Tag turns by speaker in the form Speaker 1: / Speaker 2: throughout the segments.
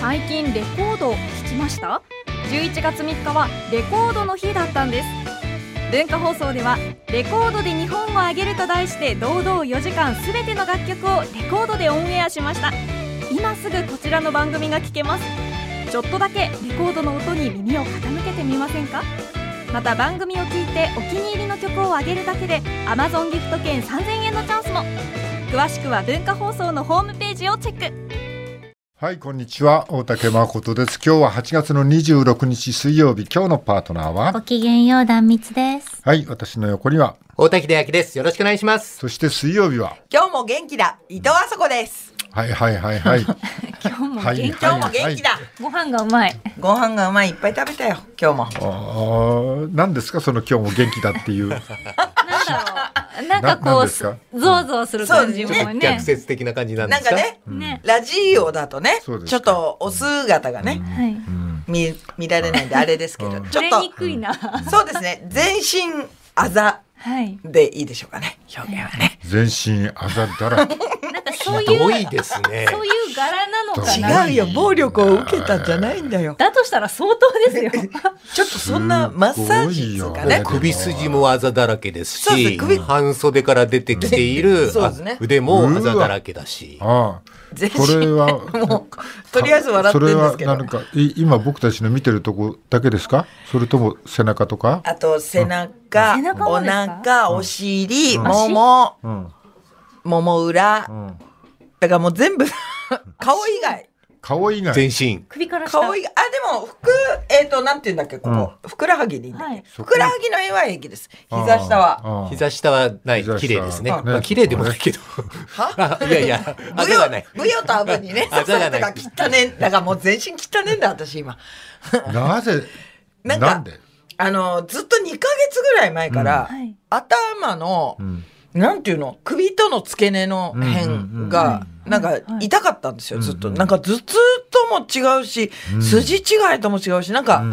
Speaker 1: 最近レコードを聴きました11月3日はレコードの日だったんです文化放送では「レコードで日本をあげる」と題して堂々4時間全ての楽曲をレコードでオンエアしました今すぐこちらの番組が聴けますちょっとだけレコードの音に耳を傾けてみませんかまた番組を聞いてお気に入りの曲をあげるだけで Amazon ギフト券3000円のチャンスも詳しくは文化放送のホームページをチェック
Speaker 2: はい、こんにちは。大竹誠です。今日は8月の26日水曜日、今日のパートナーは、
Speaker 3: ごきげんよう、壇蜜です。
Speaker 2: はい、私の横には、
Speaker 4: 大滝出明です。よろしくお願いします。
Speaker 2: そして水曜日は、
Speaker 5: 今日も元気だ伊藤あそこです
Speaker 2: はいはいはい はい。
Speaker 3: 今日も
Speaker 2: はいはい
Speaker 5: 今日も元気だ、
Speaker 2: はい
Speaker 3: ご飯がうまい。
Speaker 5: ご飯がうまいいっぱい食べたよ今日も
Speaker 2: あー何ですか、その今日も元気だっていう。
Speaker 3: なんだろう。なんか
Speaker 2: な
Speaker 3: こ
Speaker 2: なん
Speaker 3: う、
Speaker 2: です
Speaker 3: ゾ
Speaker 2: か
Speaker 3: ワゾワする感じも
Speaker 5: そ
Speaker 3: ね
Speaker 5: う
Speaker 4: 逆。説的な感じなんで
Speaker 5: な
Speaker 4: す
Speaker 5: ん
Speaker 4: か
Speaker 5: かね
Speaker 3: ね。
Speaker 5: ラジオだとね
Speaker 2: そうです
Speaker 5: ちょっとお姿がね、
Speaker 3: はい。
Speaker 5: 見見られないんであれですけど、ちょ
Speaker 3: 取
Speaker 5: っ
Speaker 3: れに
Speaker 5: と
Speaker 3: くいな。は
Speaker 5: そうですね全身あざ
Speaker 3: い。
Speaker 5: でいいでしょうかね表現はね
Speaker 2: 全身あざだらけ。
Speaker 3: なんかそう
Speaker 4: ひど
Speaker 3: い、
Speaker 4: いうですね。
Speaker 3: そういう柄なのか
Speaker 2: 違
Speaker 3: な。
Speaker 2: うよ暴力を受けたんじゃない
Speaker 5: んだよ
Speaker 3: だとしたら相当ですよ。
Speaker 5: ちょっとそんなマッサージとかね
Speaker 2: すごいよ
Speaker 4: 首筋もあざだらけです
Speaker 5: そうです
Speaker 4: し、
Speaker 5: ね首
Speaker 4: 半袖から出てきている
Speaker 5: そうですね
Speaker 4: あ腕もあざだらけだし。
Speaker 2: ああ。
Speaker 5: 全身
Speaker 2: これは、
Speaker 5: もう とりあえず笑ってるんですけ
Speaker 2: それは何
Speaker 5: ど
Speaker 2: か、い今僕たちの見てるとこだけですかそれとも背中とか
Speaker 5: あと背中、
Speaker 3: 背中も
Speaker 5: お
Speaker 3: ですか
Speaker 5: 腹お尻、
Speaker 2: ん
Speaker 5: もも
Speaker 2: うん。
Speaker 5: もも裏、
Speaker 2: うん。
Speaker 5: だからもう全部顔以外
Speaker 2: 顔以
Speaker 4: 全
Speaker 2: 外。
Speaker 4: 身。
Speaker 3: 首から下。
Speaker 5: 顔以外あでも服えっ、となんて言うんだっけここ、ふくらはぎにいいんだっけ
Speaker 3: はい
Speaker 5: ふくらはぎの絵は平気です膝下は
Speaker 2: は
Speaker 4: 膝下はない
Speaker 2: 膝。下
Speaker 4: 綺麗ですね。
Speaker 2: うん
Speaker 4: まあ綺麗でもないけど。 あいやい や、あ
Speaker 5: ブ
Speaker 4: ざ
Speaker 5: ヨ
Speaker 4: がない。
Speaker 5: ブヨとアブにね
Speaker 4: あ
Speaker 5: 刺
Speaker 4: ざがな
Speaker 5: され
Speaker 4: い
Speaker 5: たから汚ねだからもう全身汚ねんだ私今
Speaker 2: なぜ
Speaker 5: なんか
Speaker 2: なんで
Speaker 5: あのずっと2ヶ月ぐらい前から、
Speaker 3: はい。
Speaker 5: 頭の、
Speaker 2: ん
Speaker 5: なんていうの首との付け根の辺が、なんか痛かったんですよ、ずっと。なんか頭痛とも違うし、筋違いとも違うし、なんか、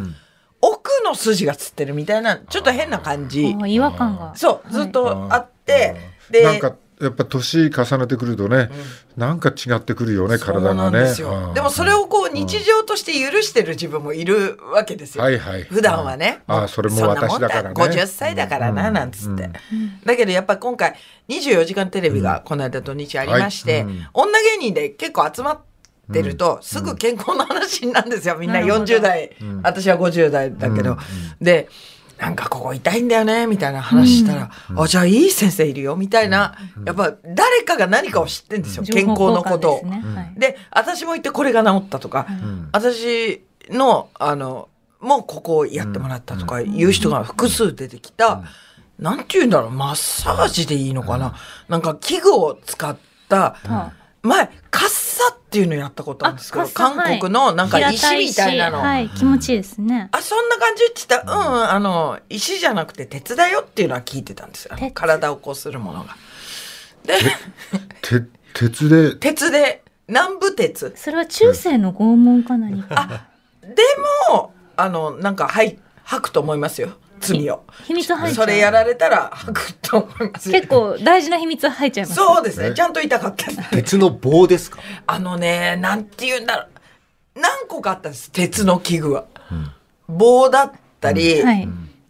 Speaker 5: 奥の筋がつってるみたいな、ちょっと変な感じ
Speaker 3: あ。ー違和感が。
Speaker 5: そう、ずっとあって、
Speaker 2: なん
Speaker 5: で、
Speaker 2: かやっぱ年重ねてくるとね、なんか違ってくるよね
Speaker 5: そう
Speaker 2: 体
Speaker 5: な
Speaker 2: が
Speaker 5: んで
Speaker 2: ね
Speaker 5: すよ。でもそれをこう日常として許してる自分もいるわけですよ。
Speaker 2: はいはい
Speaker 5: 普段はね。
Speaker 2: ああそれも私だからね
Speaker 5: そんなもん50歳だからな、なんつって。だけどやっぱり今回、24時間テレビがこの間土日ありまして、
Speaker 2: はいうん
Speaker 5: 女芸人で結構集まってると、すぐ健康の話になるんですよ。みんな
Speaker 3: なるほど
Speaker 5: 40代、私は50代だけど。で、なんかここ痛いんだよね、みたいな話したら、あ、じゃあいい先生いるよ、みたいな、やっぱ誰かが何かを知ってんですよ。健康のことを。
Speaker 3: 情報交換ですねはい
Speaker 5: で私も行ってこれが治ったとか、私のあのもうここをやってもらったとかいう人が複数出てきた、なんて言うんだろうマッサージでいいのかな、なんか器具を使った、
Speaker 3: は
Speaker 5: 前カッサっていうのやったことあるんですけ
Speaker 3: あ
Speaker 5: ど
Speaker 3: カッサ
Speaker 5: 韓国のなんか
Speaker 3: 平
Speaker 5: 石
Speaker 3: たい
Speaker 5: み
Speaker 3: した
Speaker 5: いなの。
Speaker 3: はい。気持ちいいですね。
Speaker 5: あ、そんな感じって言ったら、うん、あの、石じゃなくて鉄だよっていうのは聞いてたんですよ
Speaker 3: 鉄。
Speaker 5: 体をこうするものが。で、
Speaker 2: て鉄で
Speaker 5: 鉄で、南部鉄。
Speaker 3: それは中世の拷問か何か。
Speaker 5: でも、あの、なんか、はい、吐くと思いますよ。罪を。
Speaker 3: 秘密入っちゃ
Speaker 5: そうれやられたら吐くと思いますよ
Speaker 3: 結。構大事な秘密入っちゃいます。
Speaker 5: そうです
Speaker 2: え
Speaker 5: ね。ちゃんと痛かったです。
Speaker 4: 鉄の棒ですか
Speaker 5: あのね、なんて言うんだろう。何個かあったんです。鉄の器具は。棒だったり、
Speaker 3: はい。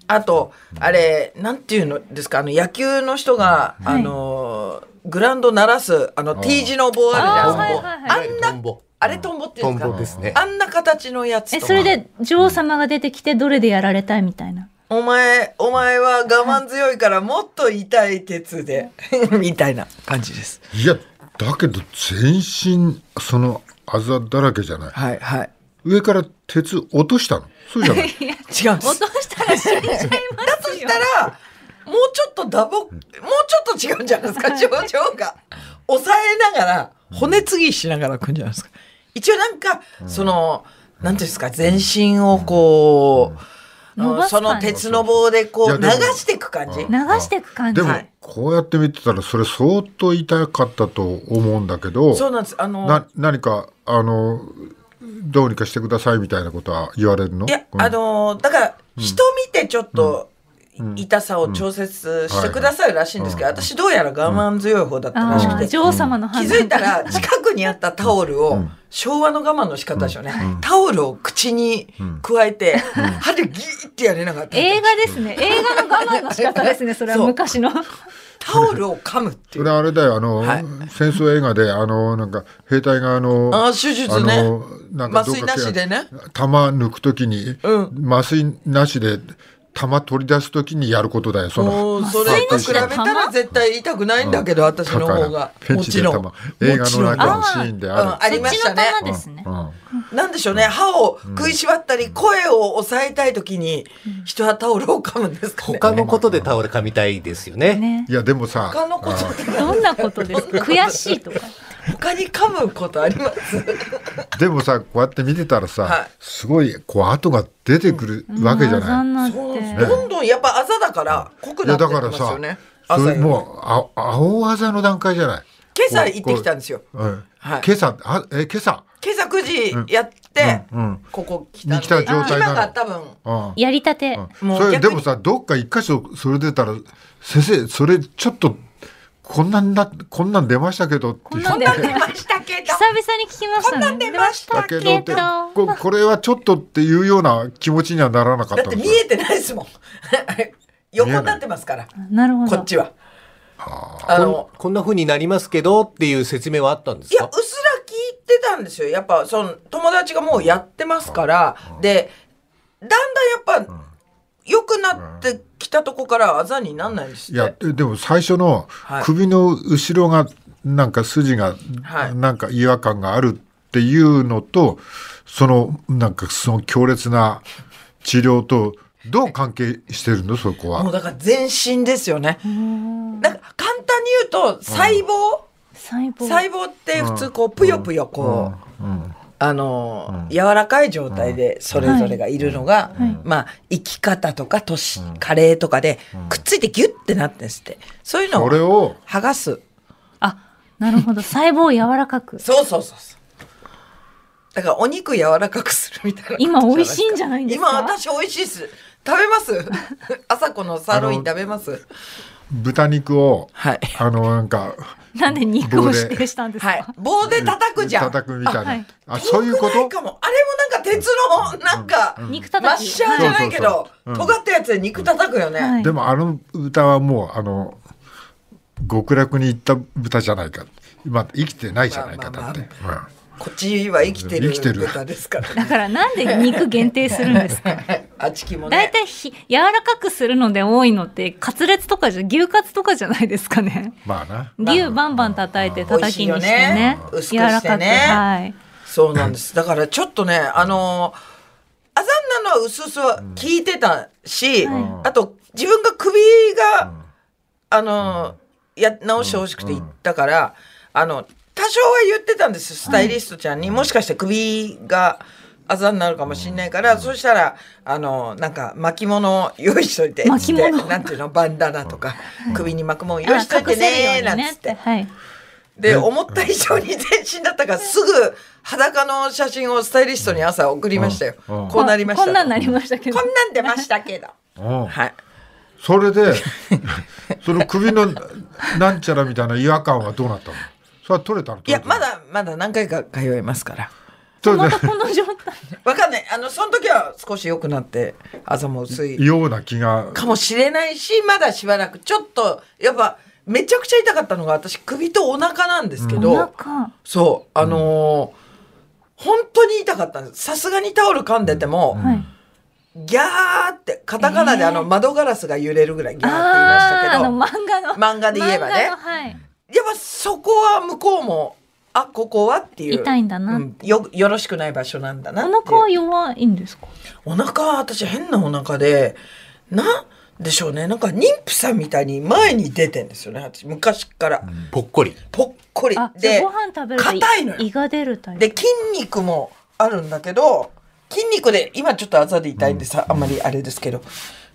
Speaker 5: あと、あれ、なんていうのですか、あの、野球の人が、
Speaker 3: はい
Speaker 5: あのー、グラウンド鳴らす、あの、T 字の棒あるじゃないですか。
Speaker 3: あーはいはいはい
Speaker 5: あん
Speaker 4: トン
Speaker 5: な、
Speaker 4: ボ。
Speaker 5: あれトンボってい
Speaker 4: ト
Speaker 5: う
Speaker 4: ン
Speaker 5: んです
Speaker 4: ボ
Speaker 5: か
Speaker 4: ですね。
Speaker 5: あんな形のやつと
Speaker 3: え
Speaker 5: か。
Speaker 3: それで女王様が出てきてどれでやられたいみたいな。
Speaker 5: お前、お前は我慢強いからもっと痛い鉄で、 みたいな感じです。
Speaker 2: いやだけど全身そのあざだらけじゃない
Speaker 5: はい、はい。
Speaker 2: 上から鉄落としたのそう じゃない
Speaker 5: 違うんで
Speaker 3: 落
Speaker 5: す。だ
Speaker 3: としたら死んじゃいますよ。
Speaker 5: から、もうちょっとダボ、もうちょっと違うんじゃないですか、症状が。抑えながら、骨継ぎしながら来るんじゃないですか。一応なんか、その、なんていうんですか、全身をこう、
Speaker 3: 伸ばす
Speaker 5: その
Speaker 3: 感じ
Speaker 5: 鉄の棒でこ
Speaker 2: いうや
Speaker 5: 流
Speaker 2: でも
Speaker 5: していく感じ。
Speaker 3: 流していく感じ。
Speaker 2: でも、
Speaker 5: はい
Speaker 2: こうやって見てたらそれ相当痛かったと思うんだけど
Speaker 5: そうなんです。あの、
Speaker 2: な何かあのどうにかしてくださいみたいなことは言われるの
Speaker 5: いや、
Speaker 2: うん
Speaker 5: あのーだから、人見てちょっと、
Speaker 2: うん
Speaker 5: 痛さを調節してくださるらしいんですけど、
Speaker 2: うん
Speaker 5: 私どうやら我慢強い方だったらし
Speaker 3: あ
Speaker 5: く
Speaker 3: あ、
Speaker 5: て、
Speaker 3: 女王様の
Speaker 5: 気
Speaker 3: 判断。
Speaker 5: づいたら近くにあったタオル
Speaker 2: う
Speaker 5: を
Speaker 2: ん
Speaker 5: 昭和の我慢の仕方でしょうね、
Speaker 2: うん
Speaker 5: タオルを口に
Speaker 2: うん
Speaker 5: 加えて、歯でギーってやれなかった
Speaker 3: 映画ですね。映画の我慢の仕方ですね。それは昔の。
Speaker 5: タオルを噛むって
Speaker 2: そ
Speaker 5: い
Speaker 2: うれあれだよあの、
Speaker 5: はい
Speaker 2: 戦争映画であのなんか兵隊があの
Speaker 5: ああ手術ね
Speaker 2: あのなんか
Speaker 5: 麻
Speaker 2: どっ
Speaker 5: 酔
Speaker 2: か
Speaker 5: なしでね
Speaker 2: 弾抜くときに、
Speaker 5: うん
Speaker 2: 麻酔なしで弾取り出すときにやることだよその
Speaker 5: もうそれと比べたら絶対痛くないんだけど、私の方が
Speaker 2: ペン
Speaker 5: も
Speaker 2: チ
Speaker 5: ち
Speaker 2: で
Speaker 5: ろ
Speaker 2: 弾
Speaker 5: ん
Speaker 2: 映
Speaker 5: も
Speaker 2: 画
Speaker 5: ち
Speaker 2: の
Speaker 5: ろん
Speaker 2: 中のシーンであ
Speaker 5: あ
Speaker 2: る
Speaker 5: りました
Speaker 3: そ
Speaker 5: ね
Speaker 3: っちの玉ですね。
Speaker 2: うん
Speaker 5: なんでしょうね歯を食いしばったり声を抑えたい時に人はタオルを噛むんですかね
Speaker 4: 他のことでタオル噛みたいですよね。
Speaker 3: ね
Speaker 2: い。やでもさ
Speaker 5: 他のことで
Speaker 3: どんなことです か悔しいとか。
Speaker 5: 他に噛むことあります
Speaker 2: あでもさこうやって見てたらさ、
Speaker 5: はい
Speaker 2: すごいこう跡が出てくるわけじゃない、
Speaker 3: な
Speaker 5: そう
Speaker 3: って。
Speaker 5: どんどんやっぱあざだから濃く
Speaker 2: い
Speaker 5: な
Speaker 2: や
Speaker 5: って
Speaker 2: だ
Speaker 5: き
Speaker 2: から
Speaker 5: ます
Speaker 2: さ
Speaker 5: よね。
Speaker 2: そ
Speaker 5: 朝
Speaker 2: れ
Speaker 5: より今
Speaker 2: もうあ青あざの段階じゃない
Speaker 5: 朝行ってきたんですよ。
Speaker 2: こうこううん
Speaker 5: はい
Speaker 2: 今朝あえ今朝
Speaker 5: 今朝9時やって、
Speaker 2: うんうん
Speaker 5: ここ来たんで
Speaker 2: 来た状態なの
Speaker 5: 今が多分
Speaker 2: うん
Speaker 3: やりたて。
Speaker 5: もう
Speaker 2: それ
Speaker 5: 逆
Speaker 2: で
Speaker 5: に
Speaker 2: もさどっか一箇所それ出たら先生それちょっとこんなんなこんなん出ましたけどって
Speaker 3: こんなん出
Speaker 5: 出ましたけど
Speaker 3: 久々に聞きましたね。
Speaker 5: こんなん出ました
Speaker 2: だけどって
Speaker 3: 出ましたけど
Speaker 2: ここれはちょっとっていうような気持ちにはならなかっ
Speaker 5: だ
Speaker 2: た
Speaker 5: っ
Speaker 2: の
Speaker 5: て見えてないで すもん横になってますから
Speaker 3: なるほ
Speaker 5: こ
Speaker 3: ど
Speaker 5: っ。ちはあ
Speaker 4: あ
Speaker 5: の
Speaker 4: のこんな風になりますけどっていう説明はあったんで
Speaker 5: い
Speaker 4: す
Speaker 5: やう
Speaker 4: か
Speaker 5: っすら聞いてたんですよやっぱその友達がもうやってますからでだんだんやっぱ良くなってきたとこからあざになんないんです
Speaker 2: い
Speaker 5: っ
Speaker 2: や
Speaker 5: て
Speaker 2: でも最初の
Speaker 5: はい
Speaker 2: 首の後ろがなんか筋が
Speaker 5: はい
Speaker 2: なんか違和感があるっていうのとそのなんかその強烈な治療とどう関係してるのそこ
Speaker 5: もう
Speaker 2: は。
Speaker 5: だから全身ですよね
Speaker 3: うん
Speaker 5: なんか簡単に言うと細胞、
Speaker 3: 細胞。
Speaker 5: 細胞って普通こうぷよぷよこう、
Speaker 2: うん
Speaker 5: あの
Speaker 2: うん
Speaker 5: 柔らかい状態でそれぞれがいるのが、まあ生き方とか年、加齢とかでくっついてギュッてなってんですってそう いうの
Speaker 2: それ
Speaker 5: を
Speaker 2: を
Speaker 5: 剥がす
Speaker 3: あ、なるほ ど。細胞を柔らかく。
Speaker 5: そうそうそうそうだからお肉柔らかくするみたいな
Speaker 3: 今美味しいんじゃないんですか
Speaker 5: 今私美味しいっす食べます 朝子のサーロイン食べます
Speaker 2: 豚肉を
Speaker 5: はい
Speaker 2: あのなんか
Speaker 3: なんで肉を指定したんですか、
Speaker 5: はい棒 で叩くじゃん
Speaker 2: 叩くみたい
Speaker 3: あはい
Speaker 2: な。あそういうこ
Speaker 5: 遠くない
Speaker 2: と
Speaker 5: かもあれもなんか鉄のなんか、
Speaker 3: 肉
Speaker 5: マッ
Speaker 3: 叩き。
Speaker 5: シャーじゃないけど、
Speaker 2: そうそうそううん
Speaker 5: 尖ったやつで肉叩くよね。
Speaker 3: はい
Speaker 2: でもあの歌はもうあの極楽に行った豚じゃないか今生きてないじゃないか
Speaker 5: まあ
Speaker 2: だ
Speaker 5: まあ
Speaker 2: って、うん
Speaker 5: こっちは生きてる
Speaker 2: 生きてる
Speaker 5: 豚ですから ね。
Speaker 3: だからなんで肉限定するんですか
Speaker 5: あちきも
Speaker 3: 大
Speaker 5: ね。
Speaker 3: 体ひ柔らかくするので多いのってカツレツとかじゃ牛カツとかじゃないですかね
Speaker 2: まあな
Speaker 3: 牛バンバン叩いて叩きにしてね
Speaker 5: 美味し
Speaker 3: 柔
Speaker 5: いよね
Speaker 3: らかく、
Speaker 5: 薄くしてね
Speaker 3: はい
Speaker 5: そうなんです。だからちょっとね、あのー、あざんなのはうすうすは聞いてたし、
Speaker 2: ん
Speaker 5: あと自分が首が、あのー、や、直してほしくて言ったから、あの、多少は言ってたんです、スタイリストちゃんに。もしかして首が、あざになるかもしれないから、そしたら、あの、なんか巻物を用意しといて、つって
Speaker 3: 巻物
Speaker 5: なんていうの、バンダナとか、首に巻くもん用意しといてね、なんつって。
Speaker 3: はい
Speaker 5: で、思った以上に全身だったから、すぐ裸の写真をスタイリストに朝送りましたよ。
Speaker 2: うんうん
Speaker 5: こうなりました
Speaker 3: こんなんなりましたけど
Speaker 5: こんなん出ましたけど。
Speaker 2: うん
Speaker 5: はい。
Speaker 2: それで その首のなんちゃらみたいな違和感はどうなったのそれは取れたの
Speaker 5: いや、まだ、まだ何回か通えますから。
Speaker 2: それ
Speaker 3: ま
Speaker 2: で
Speaker 3: たこの状態
Speaker 5: わかんない。あの、その時は少し良くなって、あざも薄い
Speaker 2: ような気が
Speaker 5: かもしれないし、まだしばらく、ちょっと、やっぱ、めちゃくちゃ痛かったのが、私、首とお腹なんですけど、
Speaker 3: お腹
Speaker 5: そう、あのー本当に痛かったんです。さすがにタオル噛んでても、
Speaker 3: はい
Speaker 5: ギャーって、カタカナであの窓ガラスが揺れるぐらいギャーって言いました
Speaker 3: あ
Speaker 5: け
Speaker 3: ーあ
Speaker 5: ど、
Speaker 3: の漫画の
Speaker 5: 漫画で言えばね
Speaker 3: 漫画のはい
Speaker 5: やっぱそこは向こうも、あ、ここはっていう。
Speaker 3: 痛いんだな
Speaker 5: うんよ、よろしくない場所なんだなっていう。
Speaker 3: お腹は弱いんですか
Speaker 5: お腹は私変なお腹で、なんでしょうね。なんか妊婦さんみたいに前に出てんですよね。私昔から。
Speaker 4: ぽっこり。
Speaker 5: ぽっこり
Speaker 3: あ。じゃあ
Speaker 5: で
Speaker 3: ご、飯食べるとい
Speaker 5: 硬いのよ
Speaker 3: 胃が出るタイプ
Speaker 5: で、筋肉もあるんだけど、筋肉で、今ちょっとあざで痛いんでさ、あんまりあれですけど、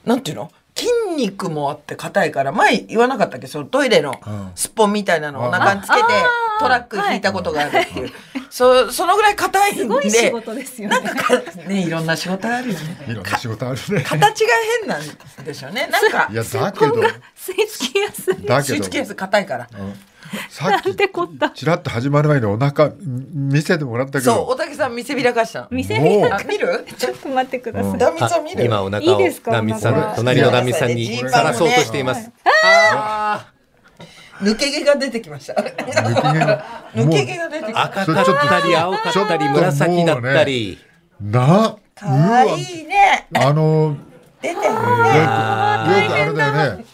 Speaker 5: なんていうの筋筋肉もあって硬いから前言わなかったっけそのトイレの
Speaker 2: うん
Speaker 5: スッポンみたいなのをお腹につけて
Speaker 3: あ
Speaker 5: トラック引いたことがあるっていう、そそのぐらい硬いんです
Speaker 3: ごい仕事ですよね。
Speaker 5: なんかかねいろんな仕事あるよね
Speaker 2: いろんな仕事あるね。
Speaker 5: 形が変なんでしょうねなんか
Speaker 2: いやだけど
Speaker 3: 吸い付きやすい。
Speaker 2: だ
Speaker 5: ス
Speaker 2: け
Speaker 5: ー
Speaker 2: ど
Speaker 5: ツケース硬いから
Speaker 2: うんさ
Speaker 3: な
Speaker 2: っき
Speaker 3: んてこった。
Speaker 2: ちらっと始まる前にお腹見せてもらったけ
Speaker 5: そうお
Speaker 2: ど
Speaker 5: たけさん見せびらかしたの
Speaker 3: 店に
Speaker 5: あ見る
Speaker 3: ちょっと待ってください。
Speaker 5: ダミさん見る
Speaker 4: 今お
Speaker 3: い
Speaker 4: 腹
Speaker 3: い
Speaker 4: を
Speaker 3: ですか
Speaker 4: ダミさ
Speaker 2: お腹
Speaker 4: ん隣のダミさんに
Speaker 5: ジーパンもね
Speaker 4: さらそうとしています。あ
Speaker 5: 抜け毛が出てきました
Speaker 2: 抜け毛が
Speaker 5: 抜け毛が出てき
Speaker 4: あ
Speaker 5: た
Speaker 4: 赤かったり青かったり紫だったり。
Speaker 2: なう
Speaker 5: かわ
Speaker 2: わ
Speaker 5: いいね
Speaker 2: あの
Speaker 5: 出てるね
Speaker 2: よくよくあれだよね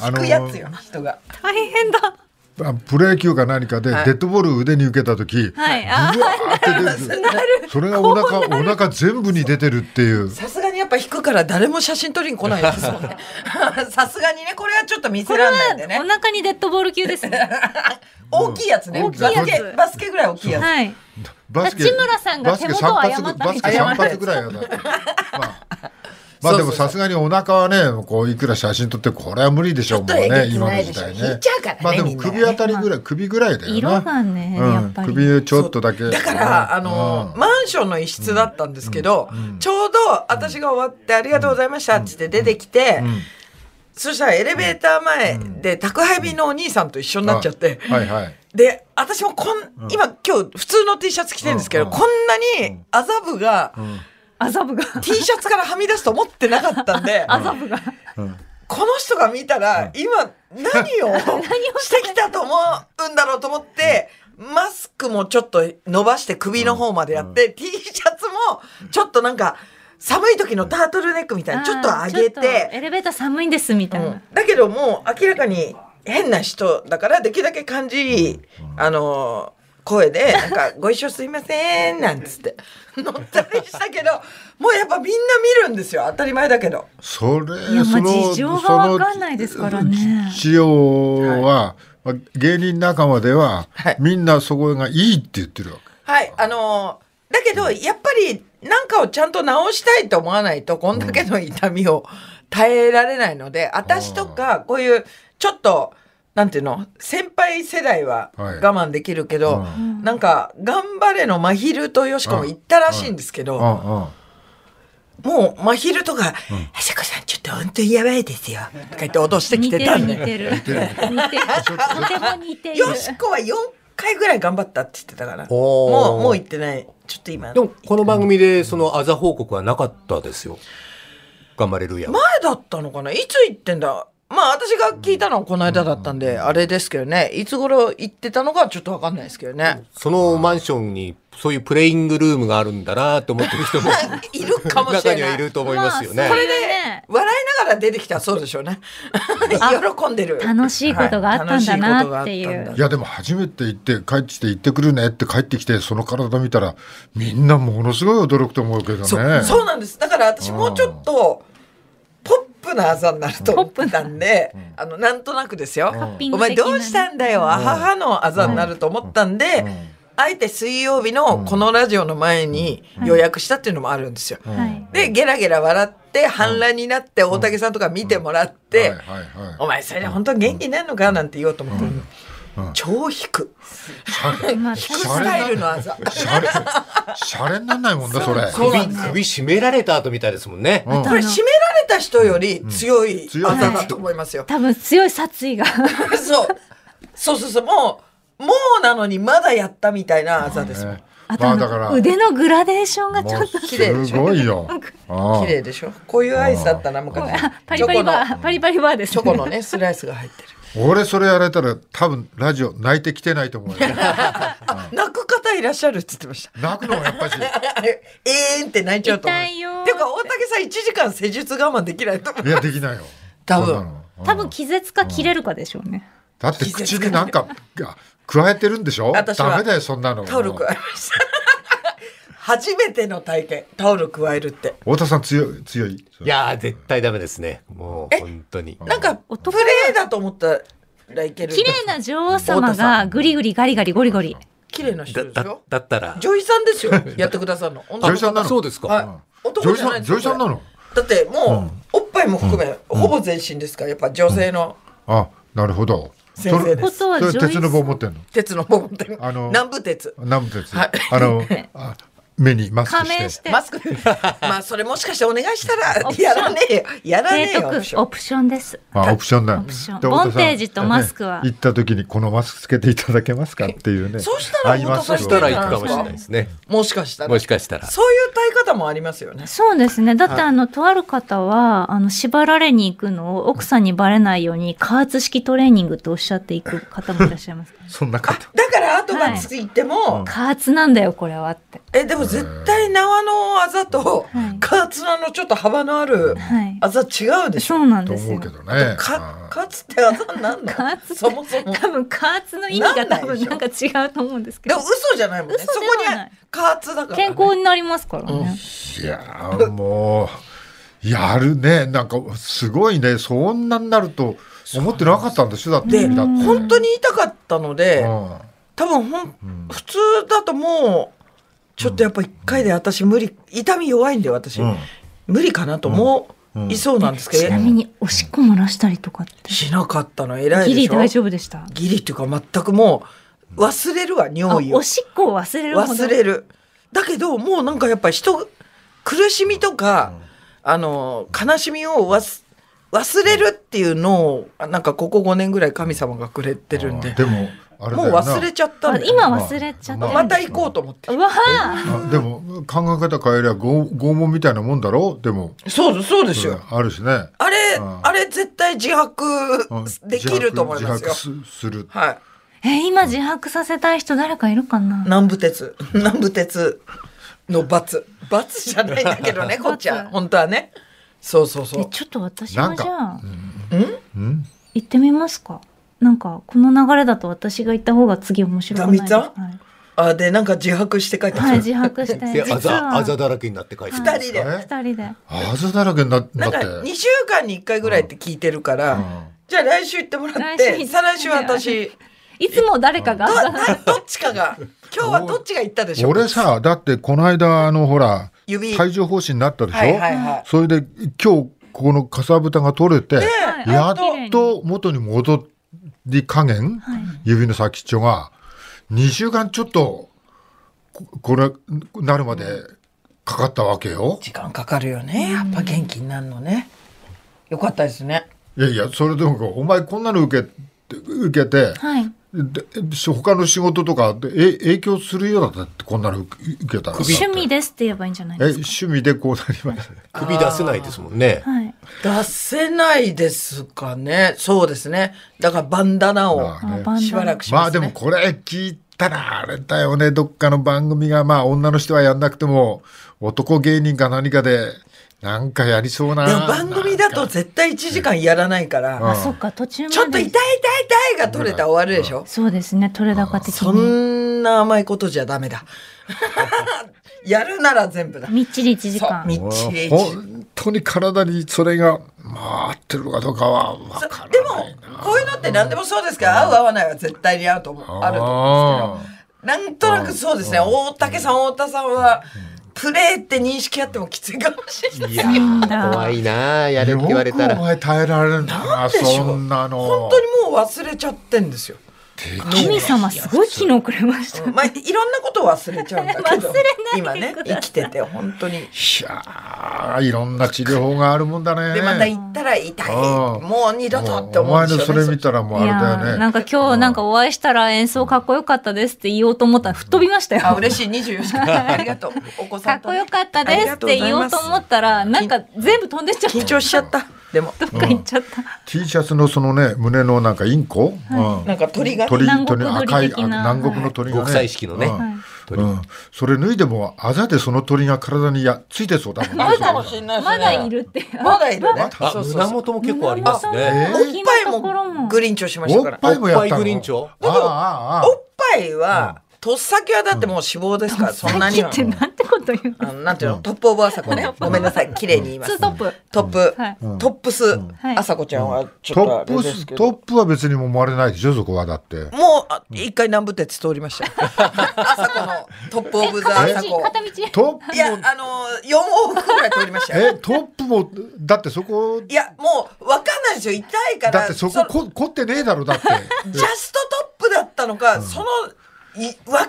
Speaker 2: あ
Speaker 5: 引くやつよ人が
Speaker 3: 大変だ。
Speaker 2: あプロ野球か何かでデッドボール腕に受けた時、
Speaker 3: はい。
Speaker 2: ブ
Speaker 3: あ、
Speaker 2: ワーって 出るそれがお腹お腹全部に出てるっていう
Speaker 5: さすがにやっぱ引くから誰も写真撮りに来ないですもんね さすがにねこれはちょっと見
Speaker 3: こ
Speaker 5: せ
Speaker 3: れは
Speaker 5: られないんでね
Speaker 3: お腹にデッドボール級ですね。
Speaker 5: 大きいやつね
Speaker 2: 大きいやつ
Speaker 5: バスケバスケぐらい大きいやつ
Speaker 3: はい。
Speaker 2: バスケ
Speaker 3: 八村さんが手元を
Speaker 2: バス
Speaker 3: 誤
Speaker 2: ケ三
Speaker 3: っ
Speaker 2: 発
Speaker 3: た
Speaker 2: バ
Speaker 3: み
Speaker 2: ス
Speaker 3: た
Speaker 2: ケ
Speaker 5: い
Speaker 2: 三発ぐらいはだってまあまあでもさすがにお腹はねこういくら写真撮ってこれは無理でしょうもう
Speaker 5: ちょっとえ
Speaker 2: ね
Speaker 5: げつ
Speaker 2: 今
Speaker 5: な
Speaker 2: の
Speaker 5: いで
Speaker 2: 時
Speaker 5: しょ
Speaker 2: 代
Speaker 5: 引
Speaker 2: ね
Speaker 5: いちゃうからね
Speaker 2: まあでも
Speaker 5: みんなね
Speaker 2: 首あたりぐらい首ぐらいだよな
Speaker 3: 色がねやっぱり
Speaker 2: うん、首ちょっとだけ
Speaker 5: だからあの
Speaker 2: うん
Speaker 5: マンションの一室だったんですけどちょうど私が終わって「ありがとうございました」っつって出てきて
Speaker 2: ん
Speaker 5: そしたらエレベーター前で宅配便のお兄さんと一緒になっちゃって
Speaker 2: はいはい
Speaker 5: で私もこん今今日普通の T シャツ着てるんですけど
Speaker 2: うん
Speaker 5: こんなに麻布が
Speaker 3: 麻布が。
Speaker 5: T シャツからはみ出すと思ってなかったん で
Speaker 3: 麻布が。
Speaker 5: この人が見たら今 何をしてきたと思うんだろうと思ってマスクもちょっと伸ばして首の方までやって、T シャツもちょっとなんか寒い時のタートルネックみたいなちょっと上げ
Speaker 3: あーちょってと、エレベーター寒いんですみたい
Speaker 5: うん
Speaker 3: な。
Speaker 5: だけどもう明らかに変な人だからできるだけ感じいい、あのー声で、なんか、 ご一緒すいません、なんつって、乗ったりしたけど、もうやっぱみんな見るんですよ。当たり前だけど。
Speaker 2: それ
Speaker 3: いやまあ
Speaker 2: その
Speaker 3: 事情がわかんないですからね
Speaker 2: その治療は、まあ芸人仲間では、
Speaker 5: はい
Speaker 2: みんなそこがいいって言ってるわけ。
Speaker 5: はい、あのーだけど、やっぱり、なんかをちゃんと直したいと思わないと、こんだけの痛みを耐えられないので、私とか、こういう、ちょっと、なんていうの、先輩世代は
Speaker 2: はい
Speaker 5: 我慢できるけど、
Speaker 2: う
Speaker 5: なんか、頑張れの真昼とよしこも言ったらしいんですけど、
Speaker 2: うんうん
Speaker 5: もう真昼とか、あさこさん、ちょっと本当にやばいですよ、とか言って脅してき
Speaker 3: 似て
Speaker 5: てた
Speaker 3: る
Speaker 5: ん
Speaker 3: 似
Speaker 5: で、
Speaker 3: てる。似てる。とても似ている。
Speaker 5: よしこは4回ぐらい頑張ったって言ってたから、
Speaker 4: おー
Speaker 5: もう、もう言ってない。ちょっと今。
Speaker 4: でもこの番組でそのあざ報告はなかったですよ。頑張れるやん。
Speaker 5: 前だったのかないつ行ってんだまあ私が聞いたのはこの間だったんで、あれですけどねいつ頃行ってたのかはちょっとわかんないですけどね、
Speaker 4: そのマンションにそういうプレイングルームがあるんだなと思ってる人も
Speaker 5: いるかもし
Speaker 4: 中
Speaker 5: れ
Speaker 4: に
Speaker 5: な
Speaker 4: はいいると思いますよね。
Speaker 3: これでね。
Speaker 5: 笑いながら出てきたらそうでしょうね 喜んでる
Speaker 3: 楽しいことがあったんだなっていう
Speaker 5: は楽しことがあったん
Speaker 2: い
Speaker 5: だ
Speaker 2: やでも初めて行って帰ってきて行ってくるねって帰ってきてその体見たらみんなものすごい驚くと思うけどね。
Speaker 5: そうそうなんですだから私もうちょっとポップなあざになると思ってたんで、あのなんとなくですよ、
Speaker 3: ッピング
Speaker 5: お前
Speaker 3: 的なね
Speaker 5: どうしたんだよ、あははのあざになると思ったんで、あえて水曜日のこのラジオの前に予約したっていうのもあるんですよ、
Speaker 3: はい。
Speaker 5: でゲラゲラ笑って反乱になって大竹さんとか見てもらっ
Speaker 2: はい
Speaker 5: て
Speaker 2: はい
Speaker 5: 「
Speaker 2: は
Speaker 5: お前それで本当に元気ないのか?」なんて言おうと思って超引く
Speaker 3: まあ、
Speaker 5: 引くスタイルのあざ
Speaker 2: い。シャレシャレになんないもんだそれ。
Speaker 4: 首首絞められた後みたいですもんね。
Speaker 2: うん
Speaker 5: これ締められた人より強い
Speaker 2: 強い
Speaker 5: あざだと思いますよ。
Speaker 3: 多分強い殺意が。
Speaker 5: そうそうそうそうもうもうなのにまだやったみたいなあざですもん
Speaker 2: ね
Speaker 3: あと
Speaker 2: ま
Speaker 3: あ
Speaker 2: あだから
Speaker 3: の腕のグラデーションがちょ
Speaker 2: も
Speaker 3: っ
Speaker 2: う
Speaker 3: と。
Speaker 5: 綺麗でし
Speaker 2: す
Speaker 5: ょ
Speaker 2: ごいよ。ああ
Speaker 5: 綺麗でしょこういうアイスだったな昔
Speaker 3: パ
Speaker 5: チ
Speaker 3: リパ
Speaker 5: ョコ
Speaker 3: リ
Speaker 5: の
Speaker 3: バー、パリパリバーです、ね。
Speaker 5: チョコのねスライスが入ってる
Speaker 2: 俺それやられたら多分ラジオ泣いてきてないと 思うよ。
Speaker 5: あ泣く方いらっしゃるって言ってました
Speaker 2: 泣くのがやっぱし。
Speaker 5: あれえーんって泣いちゃうと思う。
Speaker 3: 痛いよー
Speaker 5: ていうか大竹さん1時間施術我慢できないと思う。
Speaker 2: いやできないよ。
Speaker 5: 多
Speaker 2: そんな
Speaker 5: 分。
Speaker 2: の
Speaker 3: 多分気絶か切れるかでしょうね。
Speaker 2: だって口になんかが加えてるんでしょダ
Speaker 5: 私は
Speaker 2: メだよそんなの
Speaker 5: タオル加えました。初めての体験。タオル加えるって。
Speaker 2: 太田さん強い強い
Speaker 4: いやー絶対ダメですね。もう本当に。
Speaker 5: なんかプ
Speaker 3: 男
Speaker 5: レーだと思ったらいける。
Speaker 3: 綺麗な女王様がぐりぐりガリガリゴリゴリ。
Speaker 5: 綺麗な人
Speaker 4: だ
Speaker 5: です
Speaker 4: だ
Speaker 5: よ。
Speaker 4: だったら。
Speaker 5: 女医さんですよ。やってくださるの。女
Speaker 2: 女医さんなの
Speaker 4: そうですか。
Speaker 5: はい。男じゃないですよ
Speaker 2: 女医さん女医さんなの
Speaker 5: だってもう、おっぱぱいも含め、ほぼ全身ですからやっぱ女性の
Speaker 2: あなるほど
Speaker 5: 先生です
Speaker 3: ことは
Speaker 2: それ
Speaker 3: 女
Speaker 2: 鉄の棒
Speaker 3: 優
Speaker 2: 持ってんの
Speaker 5: 鉄の棒って
Speaker 2: あの
Speaker 5: 南部鉄
Speaker 2: 南部鉄、
Speaker 5: はい
Speaker 2: あのあ目にマスク
Speaker 3: 仮
Speaker 2: して
Speaker 3: 面して
Speaker 5: マスクまあそれもしかしてお願いしたらやらねえよやらねえ
Speaker 3: 提
Speaker 5: よオプシ
Speaker 3: 督
Speaker 5: ョン
Speaker 3: オプションです。
Speaker 2: あオプションだよ
Speaker 3: オプション
Speaker 2: で太田さ
Speaker 3: ボ
Speaker 2: ん
Speaker 3: ンテージとマスクは
Speaker 2: ね行った時にこのマスクつけていただけますかっていうね
Speaker 5: そうしたら
Speaker 2: 合います
Speaker 5: 太
Speaker 4: そ
Speaker 2: よ
Speaker 5: 田さ
Speaker 4: し
Speaker 5: ん
Speaker 4: たら行くかもしれないですね。
Speaker 5: もしかしたら
Speaker 4: もしかしたら。
Speaker 5: そういう耐え方もありますよね
Speaker 3: そうですね。だってあの、とある方は、あの、縛られに行くのを奥さんにバレないように、加圧式トレーニングとおっしゃっていく方もいらっしゃいます。
Speaker 2: そんな方
Speaker 5: だから後がついても、
Speaker 3: 加圧なんだよ、これはって。
Speaker 5: えでも絶対縄のあざと
Speaker 3: はい
Speaker 5: カツラのちょっと幅のある
Speaker 3: はい。
Speaker 5: あざ違うでし
Speaker 3: そ
Speaker 5: ょ
Speaker 3: うなん
Speaker 2: と
Speaker 3: です
Speaker 2: 思う
Speaker 3: よ
Speaker 2: け。どね
Speaker 5: か
Speaker 2: あ
Speaker 5: かつってあざにな んの
Speaker 3: 加圧
Speaker 5: そもそも
Speaker 3: 多分、加圧の意味が多分
Speaker 5: な
Speaker 3: なんん
Speaker 5: な
Speaker 3: か違うと思うんですけ
Speaker 5: で
Speaker 3: ど
Speaker 5: も。嘘じゃないもんねそ
Speaker 3: 嘘
Speaker 5: こ
Speaker 3: ではない
Speaker 5: に加圧だから、ね、
Speaker 3: 健康になりますからね。
Speaker 2: ーいやーもうやるねなんかすごいねそんなになると思ってなかったんでしょだって
Speaker 5: で
Speaker 2: 君だって
Speaker 5: 本当に痛かったので、
Speaker 2: うん
Speaker 5: 多分ほん普通だともうちょっとやっぱ一回で私無理痛み弱いんで私、
Speaker 2: うん
Speaker 5: 無理かなと思いそうなんですけど、
Speaker 3: ちなみに、おしっこ漏らしたりとかって。
Speaker 5: しなかったの偉い
Speaker 3: ギ
Speaker 5: で
Speaker 3: リ
Speaker 5: しょ
Speaker 3: 大丈夫でした。
Speaker 5: ギリっていうか全くもう忘れるわ
Speaker 3: あ
Speaker 5: 尿意を
Speaker 3: おしっこを忘れるほど。
Speaker 5: 忘れるだけどもうなんかやっぱり人苦しみとか、あの悲しみを忘忘れるっていうのをなんかここ5年ぐらい神様がくれてるんで
Speaker 2: でもあれだ
Speaker 5: も
Speaker 2: よ
Speaker 5: う
Speaker 2: な
Speaker 5: 忘れちゃったん
Speaker 3: あ
Speaker 5: で
Speaker 3: 今忘れちゃった。
Speaker 5: また行こうと思って
Speaker 3: うわあ
Speaker 2: あでも考え方変えりゃ拷拷問みたいなもんだろでも
Speaker 5: そうですそうですよ、
Speaker 2: あるしね
Speaker 5: あれ、
Speaker 2: うん
Speaker 5: あれ絶対自白
Speaker 2: うん
Speaker 5: できると思います
Speaker 2: 自
Speaker 5: よ。
Speaker 2: 白自白すする
Speaker 5: はい。
Speaker 3: え、今自白させたい人誰かいるかな
Speaker 5: 南部鉄。南部鉄の罰。罰じゃないんだけどね、こっちは。
Speaker 3: 罰
Speaker 5: 本当はね。そうそうそ
Speaker 3: え
Speaker 5: う。
Speaker 3: ちょっと私
Speaker 2: な
Speaker 3: も
Speaker 2: ん
Speaker 3: じ
Speaker 2: か
Speaker 3: ゃあ
Speaker 2: うん
Speaker 3: 行ってみますかなんかこの流れだと私が行った方が次面白くないです
Speaker 5: ダ
Speaker 3: か
Speaker 5: ミさあ、で、なんか自白して帰ってきた。
Speaker 3: はい、はい、自白 して
Speaker 4: で、あ
Speaker 3: 実は
Speaker 4: ざ、あざだらけになって帰ってきた
Speaker 5: 二人で。
Speaker 2: え
Speaker 3: 二人で
Speaker 2: あざだらけにな
Speaker 5: な
Speaker 2: なんっ
Speaker 5: か
Speaker 2: て
Speaker 5: 2週間に1回ぐらいって聞いてるから、
Speaker 2: うん
Speaker 5: じゃあ来週行ってもらっ、
Speaker 3: 来週行ってて
Speaker 5: 再来週は私、
Speaker 3: いつも誰かが
Speaker 5: どなどっちかが、今日はどっちが行ったでしょう
Speaker 2: 俺さだってこの間あのほら
Speaker 5: 指。は
Speaker 2: 帯
Speaker 5: い
Speaker 2: 状疱疹になったでしょ、
Speaker 5: はいは
Speaker 2: それで今日ここのかさぶたが取れて、
Speaker 3: はい
Speaker 2: や
Speaker 3: あ綺麗
Speaker 2: っ
Speaker 3: に
Speaker 2: と元に戻り加減、
Speaker 3: はい
Speaker 2: 指の先っちょが2週間ちょっとここれなるまでかかったわけよ
Speaker 5: い。。時間かかるよね。やっぱ元気になるのね。よかったですね。
Speaker 2: いやいやそれでもお前こんなの受けて受けて、
Speaker 3: はい
Speaker 2: で他の仕事とかでえ影響するようだったってこんなの受け受けたら
Speaker 3: 趣味ですって言えばいいんじゃない
Speaker 2: え
Speaker 3: ですか
Speaker 2: 趣味でこうなりましたね。
Speaker 4: 首出せないですもんね。
Speaker 3: はい
Speaker 5: 出せないですかね。そうですね。だからバンダナを
Speaker 2: まあ
Speaker 3: あバ
Speaker 2: ね
Speaker 3: ンダナ
Speaker 5: しばらくし
Speaker 2: ま
Speaker 5: ま
Speaker 2: あ
Speaker 5: すね。
Speaker 2: でもこれ聞いたらあれだよねどっかの番組がまあ女の人はやんなくても男芸人か何かでなんかやりそうな
Speaker 5: でも番組だと絶対1時間やらないから、
Speaker 3: あそっか途中まで
Speaker 5: ちょっと痛い痛い痛いが取れたら終わるでしょ。
Speaker 3: そうですね取れ高的
Speaker 5: そ
Speaker 3: に
Speaker 5: んな甘いことじゃダメだ。やるなら全部だ。
Speaker 3: みっちり一時
Speaker 5: そう、
Speaker 3: 間
Speaker 5: み
Speaker 2: も
Speaker 5: っ
Speaker 2: う
Speaker 5: ちり。
Speaker 2: 本当に体にそれがまあ合ってるかどうかは分からない
Speaker 5: でも、こういうのって何でもそうですけど、合う合わないは絶対に合うと思う。あると思うんですけど。なんとなくそうですね。大竹さん、太田さんは、プレーって認識あってもきついかもしれない。
Speaker 4: いや
Speaker 3: うん
Speaker 4: ー、怖いなー、やれって言われた
Speaker 2: よくお
Speaker 4: ら。
Speaker 2: 前耐えられるんだな
Speaker 5: でしょう
Speaker 2: そんなの
Speaker 5: 本当にもう忘れちゃってんですよ。
Speaker 3: 神様すごい機能くれました
Speaker 5: まあ、い ろんなことを忘れちゃうんだけど、今ね
Speaker 3: ください
Speaker 5: 生きてて本当に。
Speaker 2: いやーいろんな治療法があるもんだね
Speaker 5: でまた行ったら痛い、
Speaker 2: うん
Speaker 5: もう二度とって
Speaker 2: もうお
Speaker 5: 思う
Speaker 2: 前
Speaker 5: んで
Speaker 2: の
Speaker 5: す
Speaker 2: そ
Speaker 5: よね
Speaker 2: れ見たらもうあ
Speaker 3: い
Speaker 2: れ
Speaker 3: や
Speaker 2: だよ
Speaker 3: ー
Speaker 2: ね
Speaker 3: なんか今日なんかお会いしたら演奏かっこよかったですって言おうと思ったら吹っ飛びましたよ。
Speaker 5: あ嬉しい二十四時間ありがとうお子
Speaker 3: か
Speaker 5: さん
Speaker 3: っ
Speaker 5: と
Speaker 3: こよかったですって言おうと思ったらなんか全部飛んでっちゃった。
Speaker 5: 緊張しちゃったでも
Speaker 3: どっか行っちゃった。
Speaker 2: T シャツのそのね胸のなんかインコ、うん
Speaker 5: なんか鳥が
Speaker 2: 鳥
Speaker 3: 南国
Speaker 2: 鳥
Speaker 3: 鳥
Speaker 2: 赤い
Speaker 3: 的
Speaker 2: あ
Speaker 3: な
Speaker 2: 南国の鳥がね
Speaker 4: はい国際色のね
Speaker 2: うん
Speaker 4: はい
Speaker 2: うんそれ脱いでもあざでその鳥が体にやついてそうだもんね
Speaker 5: あるかもしれないです
Speaker 3: ま
Speaker 5: ね
Speaker 3: だいるって。
Speaker 5: まだいるね
Speaker 4: あ、
Speaker 5: そうそう
Speaker 4: 胸
Speaker 5: そう
Speaker 4: 元も結構あります
Speaker 2: 胸
Speaker 4: ね。
Speaker 2: 元
Speaker 5: おっぱいもグリンチョしました
Speaker 2: お
Speaker 5: か
Speaker 2: っ
Speaker 5: ら
Speaker 2: ぱいもやっ
Speaker 4: お
Speaker 2: た
Speaker 4: っぱい
Speaker 2: の
Speaker 4: グリンチョ
Speaker 2: あああああ
Speaker 5: おっぱいはとっさきはだってもう死亡ですから、そんなに
Speaker 3: さ
Speaker 5: は
Speaker 3: っきってなんてこと言う
Speaker 5: あのなんていうの、
Speaker 2: うん
Speaker 5: トップオブあさこね
Speaker 3: うん
Speaker 5: ごめんなさい綺麗に言いま
Speaker 3: ツー
Speaker 5: す
Speaker 3: トップ。
Speaker 5: トップ、
Speaker 3: はい。
Speaker 2: うん
Speaker 5: トップス、
Speaker 2: うん
Speaker 3: はい
Speaker 5: あさこちゃんはちょ
Speaker 2: ト
Speaker 5: っとあ
Speaker 2: ッ
Speaker 5: れ
Speaker 2: プ
Speaker 5: です
Speaker 2: ス
Speaker 5: け
Speaker 2: トッ
Speaker 5: ど、
Speaker 2: プは別にもまれないでしょそこはだって
Speaker 5: もうあ一回南部鉄通り ましたよあさこのトップオブザあ
Speaker 3: 片
Speaker 5: さ
Speaker 3: 道、
Speaker 5: こ
Speaker 3: 片道。
Speaker 2: トッ
Speaker 5: いやあの四往復ぐらい通りましたよ
Speaker 2: えトップもだってそこ
Speaker 5: いやもうわかんないですよ痛いから
Speaker 2: だってそこ
Speaker 5: の
Speaker 2: こ凝ってねえだろだ って
Speaker 5: ジャストトップだったのか、そのい脇道行っ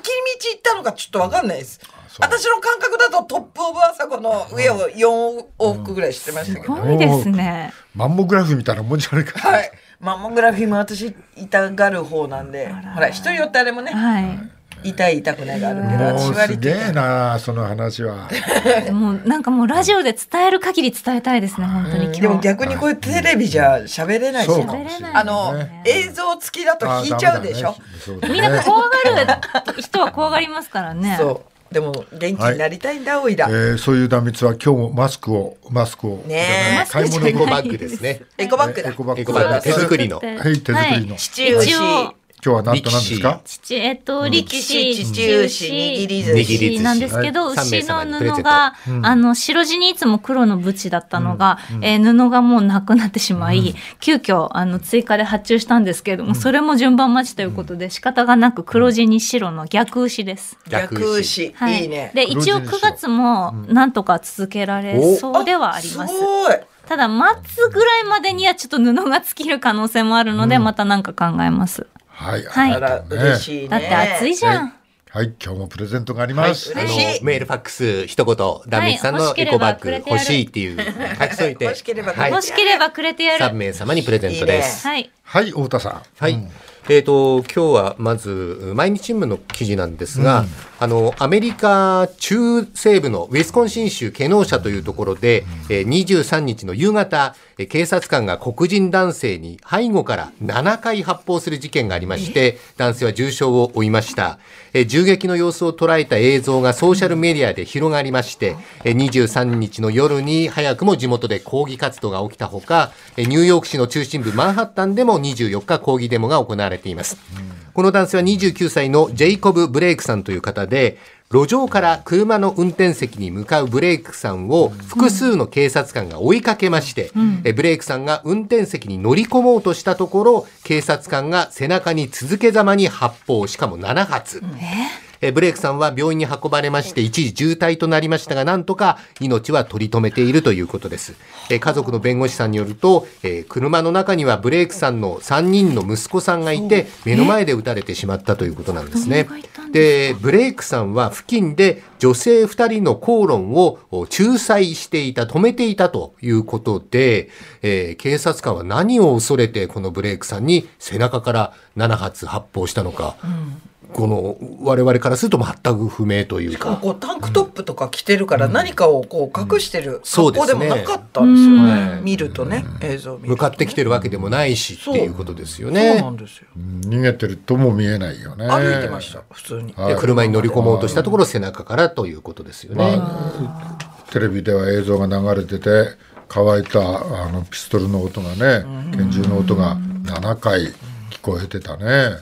Speaker 5: たのかちょっとわかんないです
Speaker 2: そう
Speaker 5: 私の感覚だとトップオブあさこの上を四往復ぐらいしてましたけ
Speaker 3: す
Speaker 5: ど、
Speaker 3: ごいですね。
Speaker 2: マンモグラフみたいなもんじゃないか、
Speaker 5: はい。マンモグラフィーも私痛がる方なんで、
Speaker 3: あら
Speaker 5: ほら人によってあれもね、
Speaker 3: はい。
Speaker 5: 痛い痛くないがあるけど、
Speaker 2: も
Speaker 5: 私
Speaker 2: う
Speaker 5: は
Speaker 2: す
Speaker 5: 割
Speaker 2: げ
Speaker 5: と痛
Speaker 2: え
Speaker 5: い。
Speaker 2: なその話は
Speaker 3: もうなんかもうラジオで伝える限り伝えたいですね、本当に
Speaker 5: うん
Speaker 3: 今日。
Speaker 5: でも逆にこういうテレビじゃ喋れないし、
Speaker 2: そうか
Speaker 3: 喋
Speaker 2: も
Speaker 3: れ
Speaker 2: しれ
Speaker 3: ない。
Speaker 5: あの、
Speaker 2: ね
Speaker 5: 映像付きだと引いちゃうでしょ。
Speaker 3: みんな怖がる人は怖がりますからね。
Speaker 5: そう。でも元気になりたいんだ、おいら
Speaker 2: え。ー、そういう壇蜜は今日もマスクをマスクを
Speaker 5: ねえ
Speaker 2: じゃない買い物
Speaker 3: マ
Speaker 2: の
Speaker 3: ス
Speaker 4: エ
Speaker 3: ク
Speaker 4: コ
Speaker 3: じゃない
Speaker 4: バッグですね。
Speaker 5: エコバッグだ。
Speaker 2: エコバッグ
Speaker 4: エコバッグ手作りの。
Speaker 3: は
Speaker 2: はい手作りの、
Speaker 3: い
Speaker 5: 父牛
Speaker 3: 一応
Speaker 2: 今日はなんとなんですか
Speaker 3: 父、えっと、力
Speaker 5: 力士、
Speaker 3: 士、
Speaker 5: 父牛、握り寿
Speaker 4: 握
Speaker 5: 司。
Speaker 4: り寿司
Speaker 3: なんですけど、
Speaker 4: はい
Speaker 3: 牛の
Speaker 4: 三名様にプレゼン
Speaker 3: 布
Speaker 4: ト
Speaker 3: が、
Speaker 2: うん
Speaker 3: あの、白地にいつも黒のブチだったのが、えー布がもうなくなってしまい、急遽、あの、追加で発注したんですけれども、それも順番待ちということで、仕方がなく黒地に白の逆牛です。
Speaker 5: 逆牛。いいね。
Speaker 3: で、
Speaker 2: 黒地
Speaker 3: 一応
Speaker 2: に
Speaker 3: 9
Speaker 2: 白
Speaker 3: 月も、なんとか続けられ
Speaker 4: お
Speaker 3: そうではあります。
Speaker 5: ごい。
Speaker 3: ただ、待つぐらいまでにはちょっと布が尽きる可能性もあるので、またなんか考えます。
Speaker 2: はい、
Speaker 3: はい
Speaker 5: あら、嬉しいね。
Speaker 3: だって暑いじゃん。
Speaker 2: はい、今日もプレゼントがあります。
Speaker 5: はい
Speaker 4: あ
Speaker 5: 嬉
Speaker 4: の
Speaker 5: しい
Speaker 4: メールファックス一言ダミツさん
Speaker 3: はい
Speaker 4: の
Speaker 3: 欲しけ
Speaker 4: エ
Speaker 3: れ
Speaker 4: コ
Speaker 3: ば
Speaker 4: バッグ
Speaker 3: くれてや
Speaker 4: 欲
Speaker 3: る
Speaker 4: しいっていう書き添えて
Speaker 5: 欲しければ
Speaker 4: はい
Speaker 3: 欲しければくれてや
Speaker 4: 3
Speaker 3: る。
Speaker 4: 名様にプレゼントです。
Speaker 3: はい。
Speaker 2: はい、太田さん。
Speaker 4: はい、えー、と今日はまず毎日新聞の記事なんですが、あのアメリカ中西部のウィスコンシン州ケノーシャというところで、えー23日の夕方えー警察官が黒人男性に背後から7回発砲する事件がありまして男性は重傷を負いました、えー銃撃の様子を捉えた映像がソーシャルメディアで広がりましてえー23日の夜に早くも地元で抗議活動が起きたほかえーニューヨーク市の中心部マンハッタンでも24日抗議デモが行われています。この男性は29歳のジェイコブ・ブレイクさんという方で、路上から車の運転席に向かうブレイクさんを複数の警察官が追いかけまして、えブレイクさんが運転席に乗り込もうとしたところ、警察官が背中に続けざまに発砲、しかも7発。えーブレイクさんは病院に運ばれまして、一時重体となりましたが、なんとか命は取り留めているということです。えー家族の弁護士さんによると、えー車の中にはブレイクさんの3人の息子さんがいて、目の前で撃たれてしまったということなんですね
Speaker 3: 子供がいたん。
Speaker 4: で、ブレイクさんは付近で女性2人の口論をお仲裁していた、止めていたということで、えー警察官は何を恐れてこのブレイクさんに背中から7発発砲したのか、この我々からすると全く不明という
Speaker 5: こう
Speaker 4: か。
Speaker 5: こうタンクトップとか着てるから何かをこう隠してる
Speaker 4: そう
Speaker 5: 格
Speaker 4: で
Speaker 5: 好
Speaker 4: す
Speaker 5: で
Speaker 4: ね
Speaker 5: もなかったんですよね
Speaker 4: うん
Speaker 5: 見るとね映像を見る
Speaker 4: 向かってきてるわけでもないしっていうことですよね。
Speaker 5: そうなんですよ
Speaker 2: 逃げてるとも見えないよね。
Speaker 5: 歩いてました普通に
Speaker 2: は
Speaker 4: で車に乗り込もうとしたところ背中からということですよね。
Speaker 2: テレビでは映像が流れてて、乾いたあのピストルの音がね、拳銃の音が7回聞こえてたね。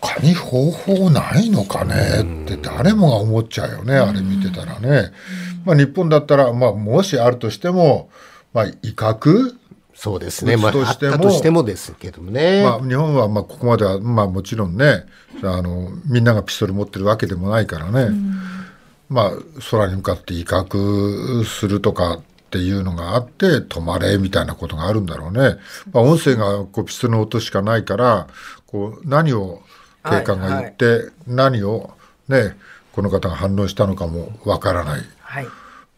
Speaker 2: 他に方法ないのかねって誰もが思っちゃうよね、あれ見てたらね。まあ日本だったら、まあもしあるとしても、まあ威嚇
Speaker 4: そうですね。まあ、
Speaker 2: 撃つと
Speaker 4: あっ
Speaker 2: しても
Speaker 4: たとしてもですけどもね。
Speaker 2: まあ、日本はまあここまでは、まあ、もちろんねあのみんながピストル持ってるわけでもないからね、まあ、空に向かって威嚇するとかっていうのがあって止まれみたいなことがあるんだろうね。まあ、音声がこうピストルの音しかないからこう何を警官が言って、何を、ね、この方が反応したのかもわからない。
Speaker 5: はい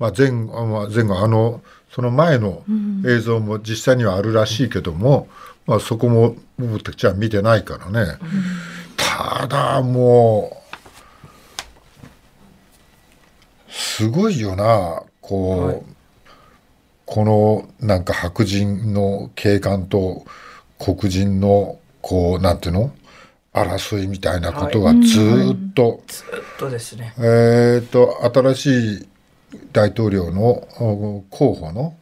Speaker 2: まあ、前後まあ前後あのその前の映像も実際にはあるらしいけども、まあ、そこも僕たちは見てないからね、ただもうすごいよなこう、このなんか白人の警官と黒人のこうなんていうの争いみたいなことがずーっと。
Speaker 5: とですね
Speaker 2: えー、と新しい大統領のお候補の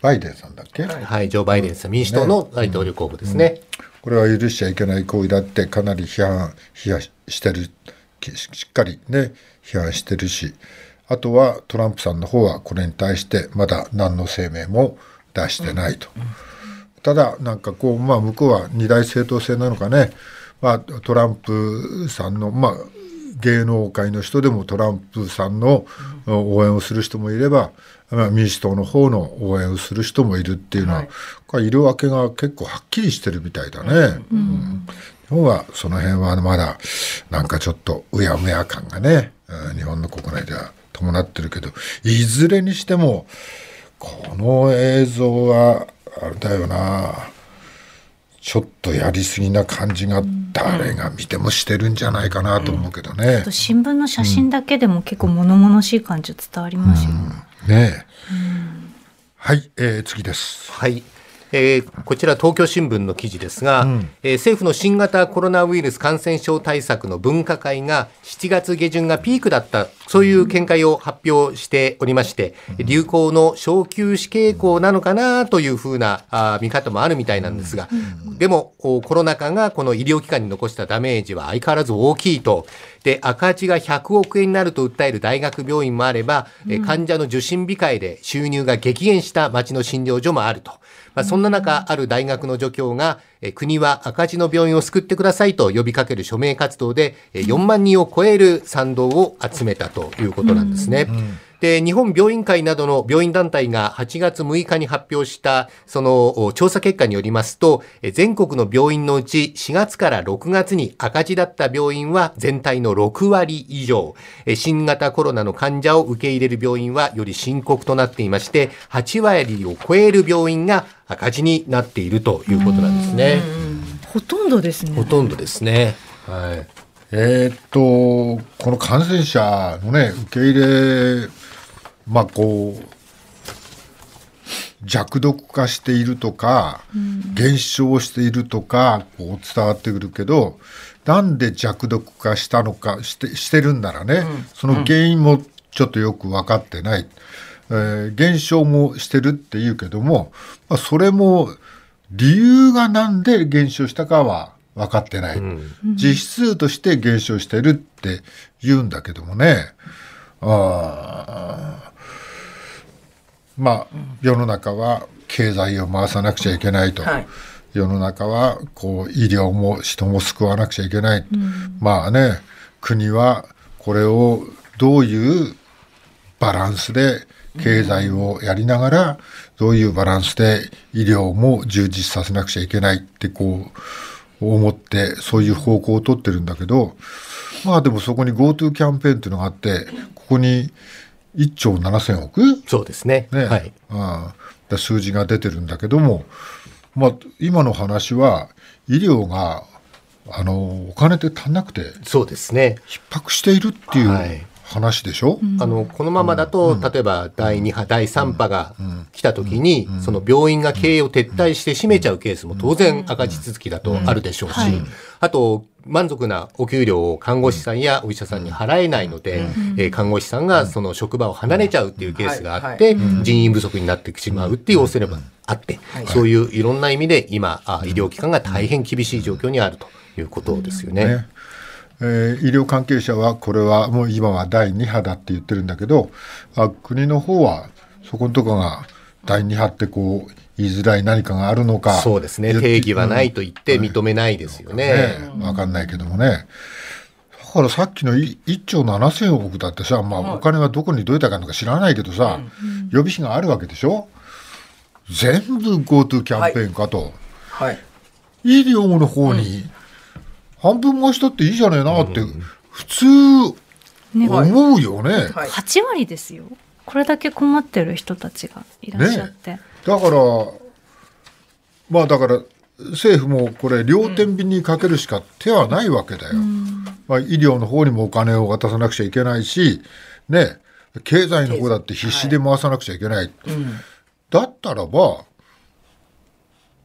Speaker 2: バイデンさんだっけ、
Speaker 4: はい、ジョー・バイデンさん、民主党の大統領候補ですね。
Speaker 2: ここれは許しちゃいけない行為だってかなり批判批判してるきしっかりね批判してるしあとはトランプさんの方はこれに対してまだ何の声明も出してないと。ただなんかこうまあ向こうは二大政党制なのかね、まあ、トランプさんのまあ芸能界の人でもトランプさんの応援をする人もいれば、まあ、民主党の方の応援をする人もいるっていうのは、これ色分けが結構はっきりしてるみたいだね。うん日本はその辺はまだなんかちょっとうやむや感がね、うん日本の国内では伴ってるけどいずれにしてもこの映像はあれだよなちょっとやりすぎな感じが誰が見てもしてるんじゃないかなと思うけどね
Speaker 3: あと。新聞の写真だけでも結構物々しい感じ伝わりますよね。
Speaker 2: ねえ。はい、えー次です。
Speaker 4: はい。えーこちら東京新聞の記事ですが、えー政府の新型コロナウイルス感染症対策の分科会が7月下旬がピークだったそういう見解を発表しておりまして、流行の小休止傾向なのかなというふうなあー見方もあるみたいなんですが、でもこうコロナ禍がこの医療機関に残したダメージは相変わらず大きいとで赤字が100億円になると訴える大学病院もあれば、えー患者の受診控えで収入が激減した町の診療所もあると、まあ、そんな中ある大学の助教が、えー国は赤字の病院を救ってくださいと呼びかける署名活動でえー4万人を超える賛同を集めたということなんですね。で日本病院会などの病院団体が8月6日に発表したそのお調査結果によりますとえ全国の病院のうち4月から6月に赤字だった病院は全体の6割以上え新型コロナの患者を受け入れる病院はより深刻となっていまして8割を超える病院が赤字になっているということなんですね。
Speaker 3: ほとんどです
Speaker 4: ほ
Speaker 3: ね。
Speaker 4: とんどですね。はい
Speaker 2: えーっと、この感染者のね、受け入れ、まあこう、弱毒化しているとか、減少しているとか、こう伝わってくるけど、なんで弱毒化したのか、してしてるんならね、その原因もちょっとよく分かってない。えー減少もしてるっていうけども、まあ、それも理由がなんで減少したかは分かってない。実数として減少してるって言うんだけどもね。あーまあ、世の中は経済を回さなくちゃいけないと。
Speaker 5: はい
Speaker 2: 世の中はこう医療も人も救わなくちゃいけない、まあね国はこれをどういうバランスで経済をやりながら、どういうバランスで医療も充実させなくちゃいけないってこう思ってそういう方向を取ってるんだけどまあでもそこに GoTo キャンペーンっていうのがあってここに1兆7,000億
Speaker 4: そうですね。
Speaker 2: ね
Speaker 4: はい。
Speaker 2: ああで数字が出てるんだけども、まあ、今の話は医療があのお金で足んなくて
Speaker 4: そうですね。
Speaker 2: 逼迫しているってい
Speaker 4: はいう
Speaker 2: 話でしょ、
Speaker 4: あのこのままだと、例えば第2波、第3波が来た時に、その病院が経営を撤退して閉めちゃうケースも当然赤字続きだとあるでしょうし、あと満足なお給料を看護師さんやお医者さんに払えないので、えー看護師さんがその職場を離れちゃうっていうケースがあって、人員不足になってしまうっていう恐れもあって、そういういろんな意味で今あ医療機関が大変厳しい状況にあるということですよね。
Speaker 2: ねえー医療関係者はこれはもう今は第2波だって言ってるんだけどあ国の方はそこのとこが第2波ってこう言いづらい何かがあるのか
Speaker 4: そうですね。
Speaker 2: 言っ
Speaker 4: 定義はないと言って認めないですよね。
Speaker 2: ね、わかんないけどもね。だからさっきのい1兆7000億だってさ、まあ、お金がどこにどういったかなんか知らないけどさ、予備費があるわけでしょ全部 GoTo キャンペーンかと、
Speaker 5: はい
Speaker 2: 医療の方に半分回したっていいじゃねえなって普通
Speaker 3: ね
Speaker 2: 思うよね
Speaker 5: はい
Speaker 3: 8割ですよ。これだけ困ってる人たちがいらっしゃって。
Speaker 2: だからまあだから政府もこれ両天秤にかけるしか手はないわけだよ、まあ、医療の方にもお金を渡さなくちゃいけないしね経済の方だって必死で回さなくちゃいけない、だったらば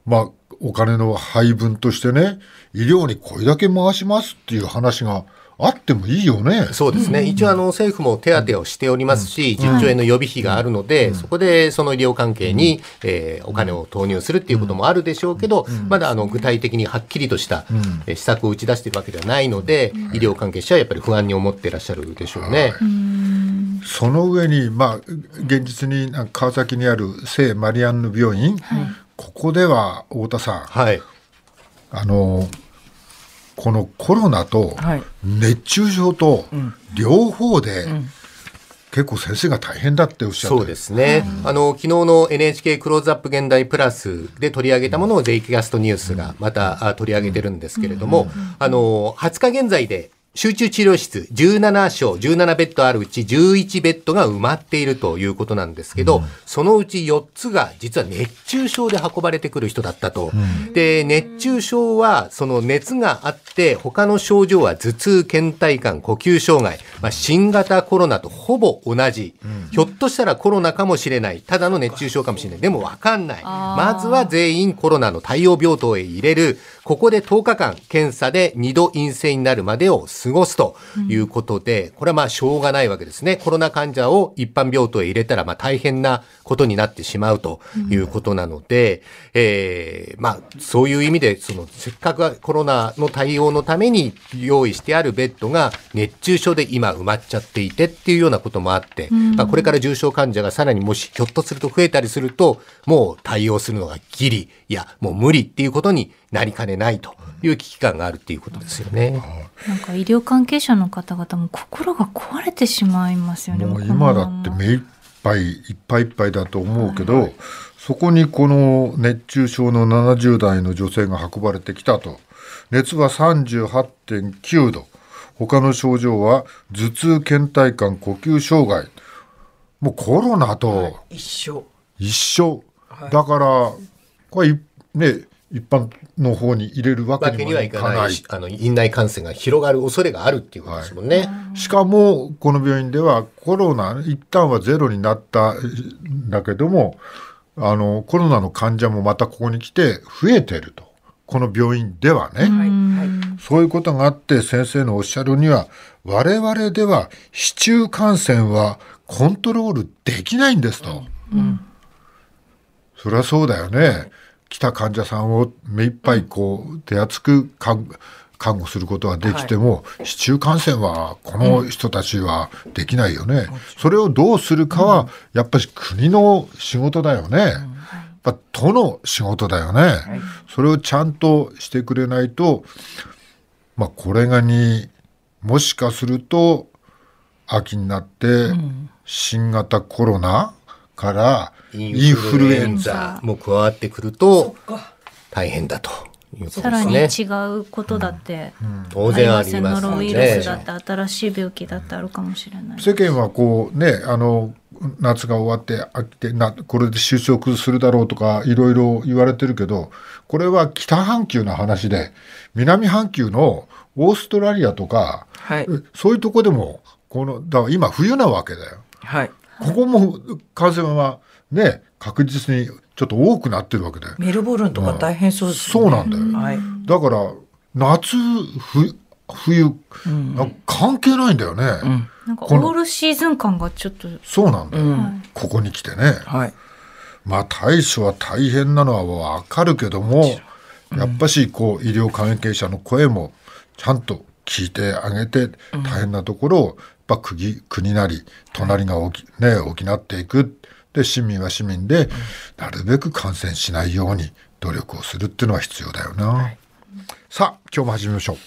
Speaker 2: まあお金の配分としてね医療にこれだけ回しますっていう話があってもいいよね。
Speaker 4: そうですね、一応あの政府も手当てをしておりますし、10兆円の予備費があるので、そこでその医療関係に、えーお金を投入するっていうこともあるでしょうけど、まだあの具体的にはっきりとした、えー施策を打ち出しているわけではないので、医療関係者はやっぱり不安に思っていらっしゃるでしょうね。
Speaker 2: その上に、まあ、現実になんか川崎にある聖マリアンヌ病院、ここでは太田さん、
Speaker 4: はい、
Speaker 2: あのこのコロナと
Speaker 5: はい
Speaker 2: 熱中症と両方で、結構先生が大変だっておっしゃって
Speaker 4: そうですね、あの昨日の NHK クローズアップ現代プラスで取り上げたものを J キャストニュースがまたあ取り上げてるんですけれども、あの20日現在で集中治療室17床、17ベッドあるうち11ベッドが埋まっているということなんですけど、そのうち4つが実は熱中症で運ばれてくる人だったと。で、熱中症はその熱があって他の症状は頭痛、倦怠感、呼吸障害、まあ、新型コロナとほぼ同じ、ひょっとしたらコロナかもしれない。ただの熱中症かもしれない。でもわかんない。
Speaker 3: あ
Speaker 4: ま
Speaker 3: ー
Speaker 4: ずは全員コロナの対応病棟へ入れる。ここで10日間検査で2度陰性になるまでを過ごすということで、これはまあしょうがないわけですね。コロナ患者を一般病棟へ入れたらまあ大変なことになってしまうということなので、えーまあそういう意味で、そのせっかくコロナの対応のために用意してあるベッドが熱中症で今埋まっちゃっていてっていうようなこともあって、まあ、これから重症患者がさらにもしひょっとすると増えたりすると、もう対応するのがギリ、いや、もう無理っていうことになりかねないという危機感があるっていうことですよね。
Speaker 3: なんか医療関係者の方々も心が壊れてしまいますよね。
Speaker 2: もう
Speaker 3: このまま
Speaker 2: 今だって目いっぱいいっぱいいっぱいだと思うけど、そこにこの熱中症の70代の女性が運ばれてきたと熱は38.9度他の症状は頭痛倦怠感呼吸障害もうコロナと
Speaker 5: 一生
Speaker 2: 一緒、だからこれいね一般の方に入れるわ
Speaker 4: わ
Speaker 2: け
Speaker 4: け
Speaker 2: に
Speaker 4: に
Speaker 2: も
Speaker 4: はい
Speaker 2: い
Speaker 4: か
Speaker 2: か
Speaker 4: な
Speaker 2: ないい
Speaker 4: し、あの、院内感染が広がる恐れがあるっていうことですもんね。
Speaker 2: しかもこの病院ではコロナ一旦はゼロになったんだけどもあのコロナの患者もまたここに来て増えてるとこの病院ではね、
Speaker 5: はいはい
Speaker 2: そういうことがあって先生のおっしゃるには我々では市中感染はコントロールできないんですと、そりゃそうだよね来た患者さんを目いっぱいこう手厚く看看護することはできても、市中感染はこの人たちはできないよね、それをどうするかはやっぱり国の仕事だよね、やっぱ都の仕事だよね、それをちゃんとしてくれないとまあ、これがにもしかすると秋になって、新型コロナからインフルエンザ
Speaker 4: も加わってくると、大変だということ
Speaker 3: さらに
Speaker 4: で
Speaker 3: 違
Speaker 4: すね。
Speaker 3: うことだって、あ
Speaker 4: 当
Speaker 3: り
Speaker 4: 然あ
Speaker 3: ま
Speaker 4: り
Speaker 3: す
Speaker 4: ま
Speaker 3: ノ
Speaker 4: す
Speaker 3: ロ
Speaker 4: の
Speaker 3: ウイル
Speaker 4: で
Speaker 3: ス。だって新しい病気だってあるかもしれない。
Speaker 2: 世間はこうねあの夏が終わって秋でなこれで就職するだろうとかいろいろ言われてるけどこれは北半球の話で南半球のオーストラリアとか
Speaker 5: はい
Speaker 2: そういうとこでもこのだから今冬なわけだよ。
Speaker 5: はい
Speaker 2: ここも感染はね確実にちょっと多くなってるわけだよ。
Speaker 5: メルボルンとか大変そうです
Speaker 2: そう
Speaker 5: よ
Speaker 2: な
Speaker 5: ね
Speaker 2: んだよ。
Speaker 5: はい
Speaker 2: だから夏ふ冬、なんか関係ないんだよね、
Speaker 3: なんかオ
Speaker 2: この
Speaker 3: ールシーズン感がちょっと。
Speaker 2: そうなんだよ、
Speaker 5: ん
Speaker 2: ここに来てね
Speaker 5: はい
Speaker 2: まあ対処は大変なのはわかるけどもやっぱしこう医療関係者の声もちゃんと聞いてあげて大変なところをやっぱ国国なり隣が起き,、ね、補っていくで市民は市民でなるべく感染しないように努力をするっていうのは必要だよな、さあ今日も始めましょう。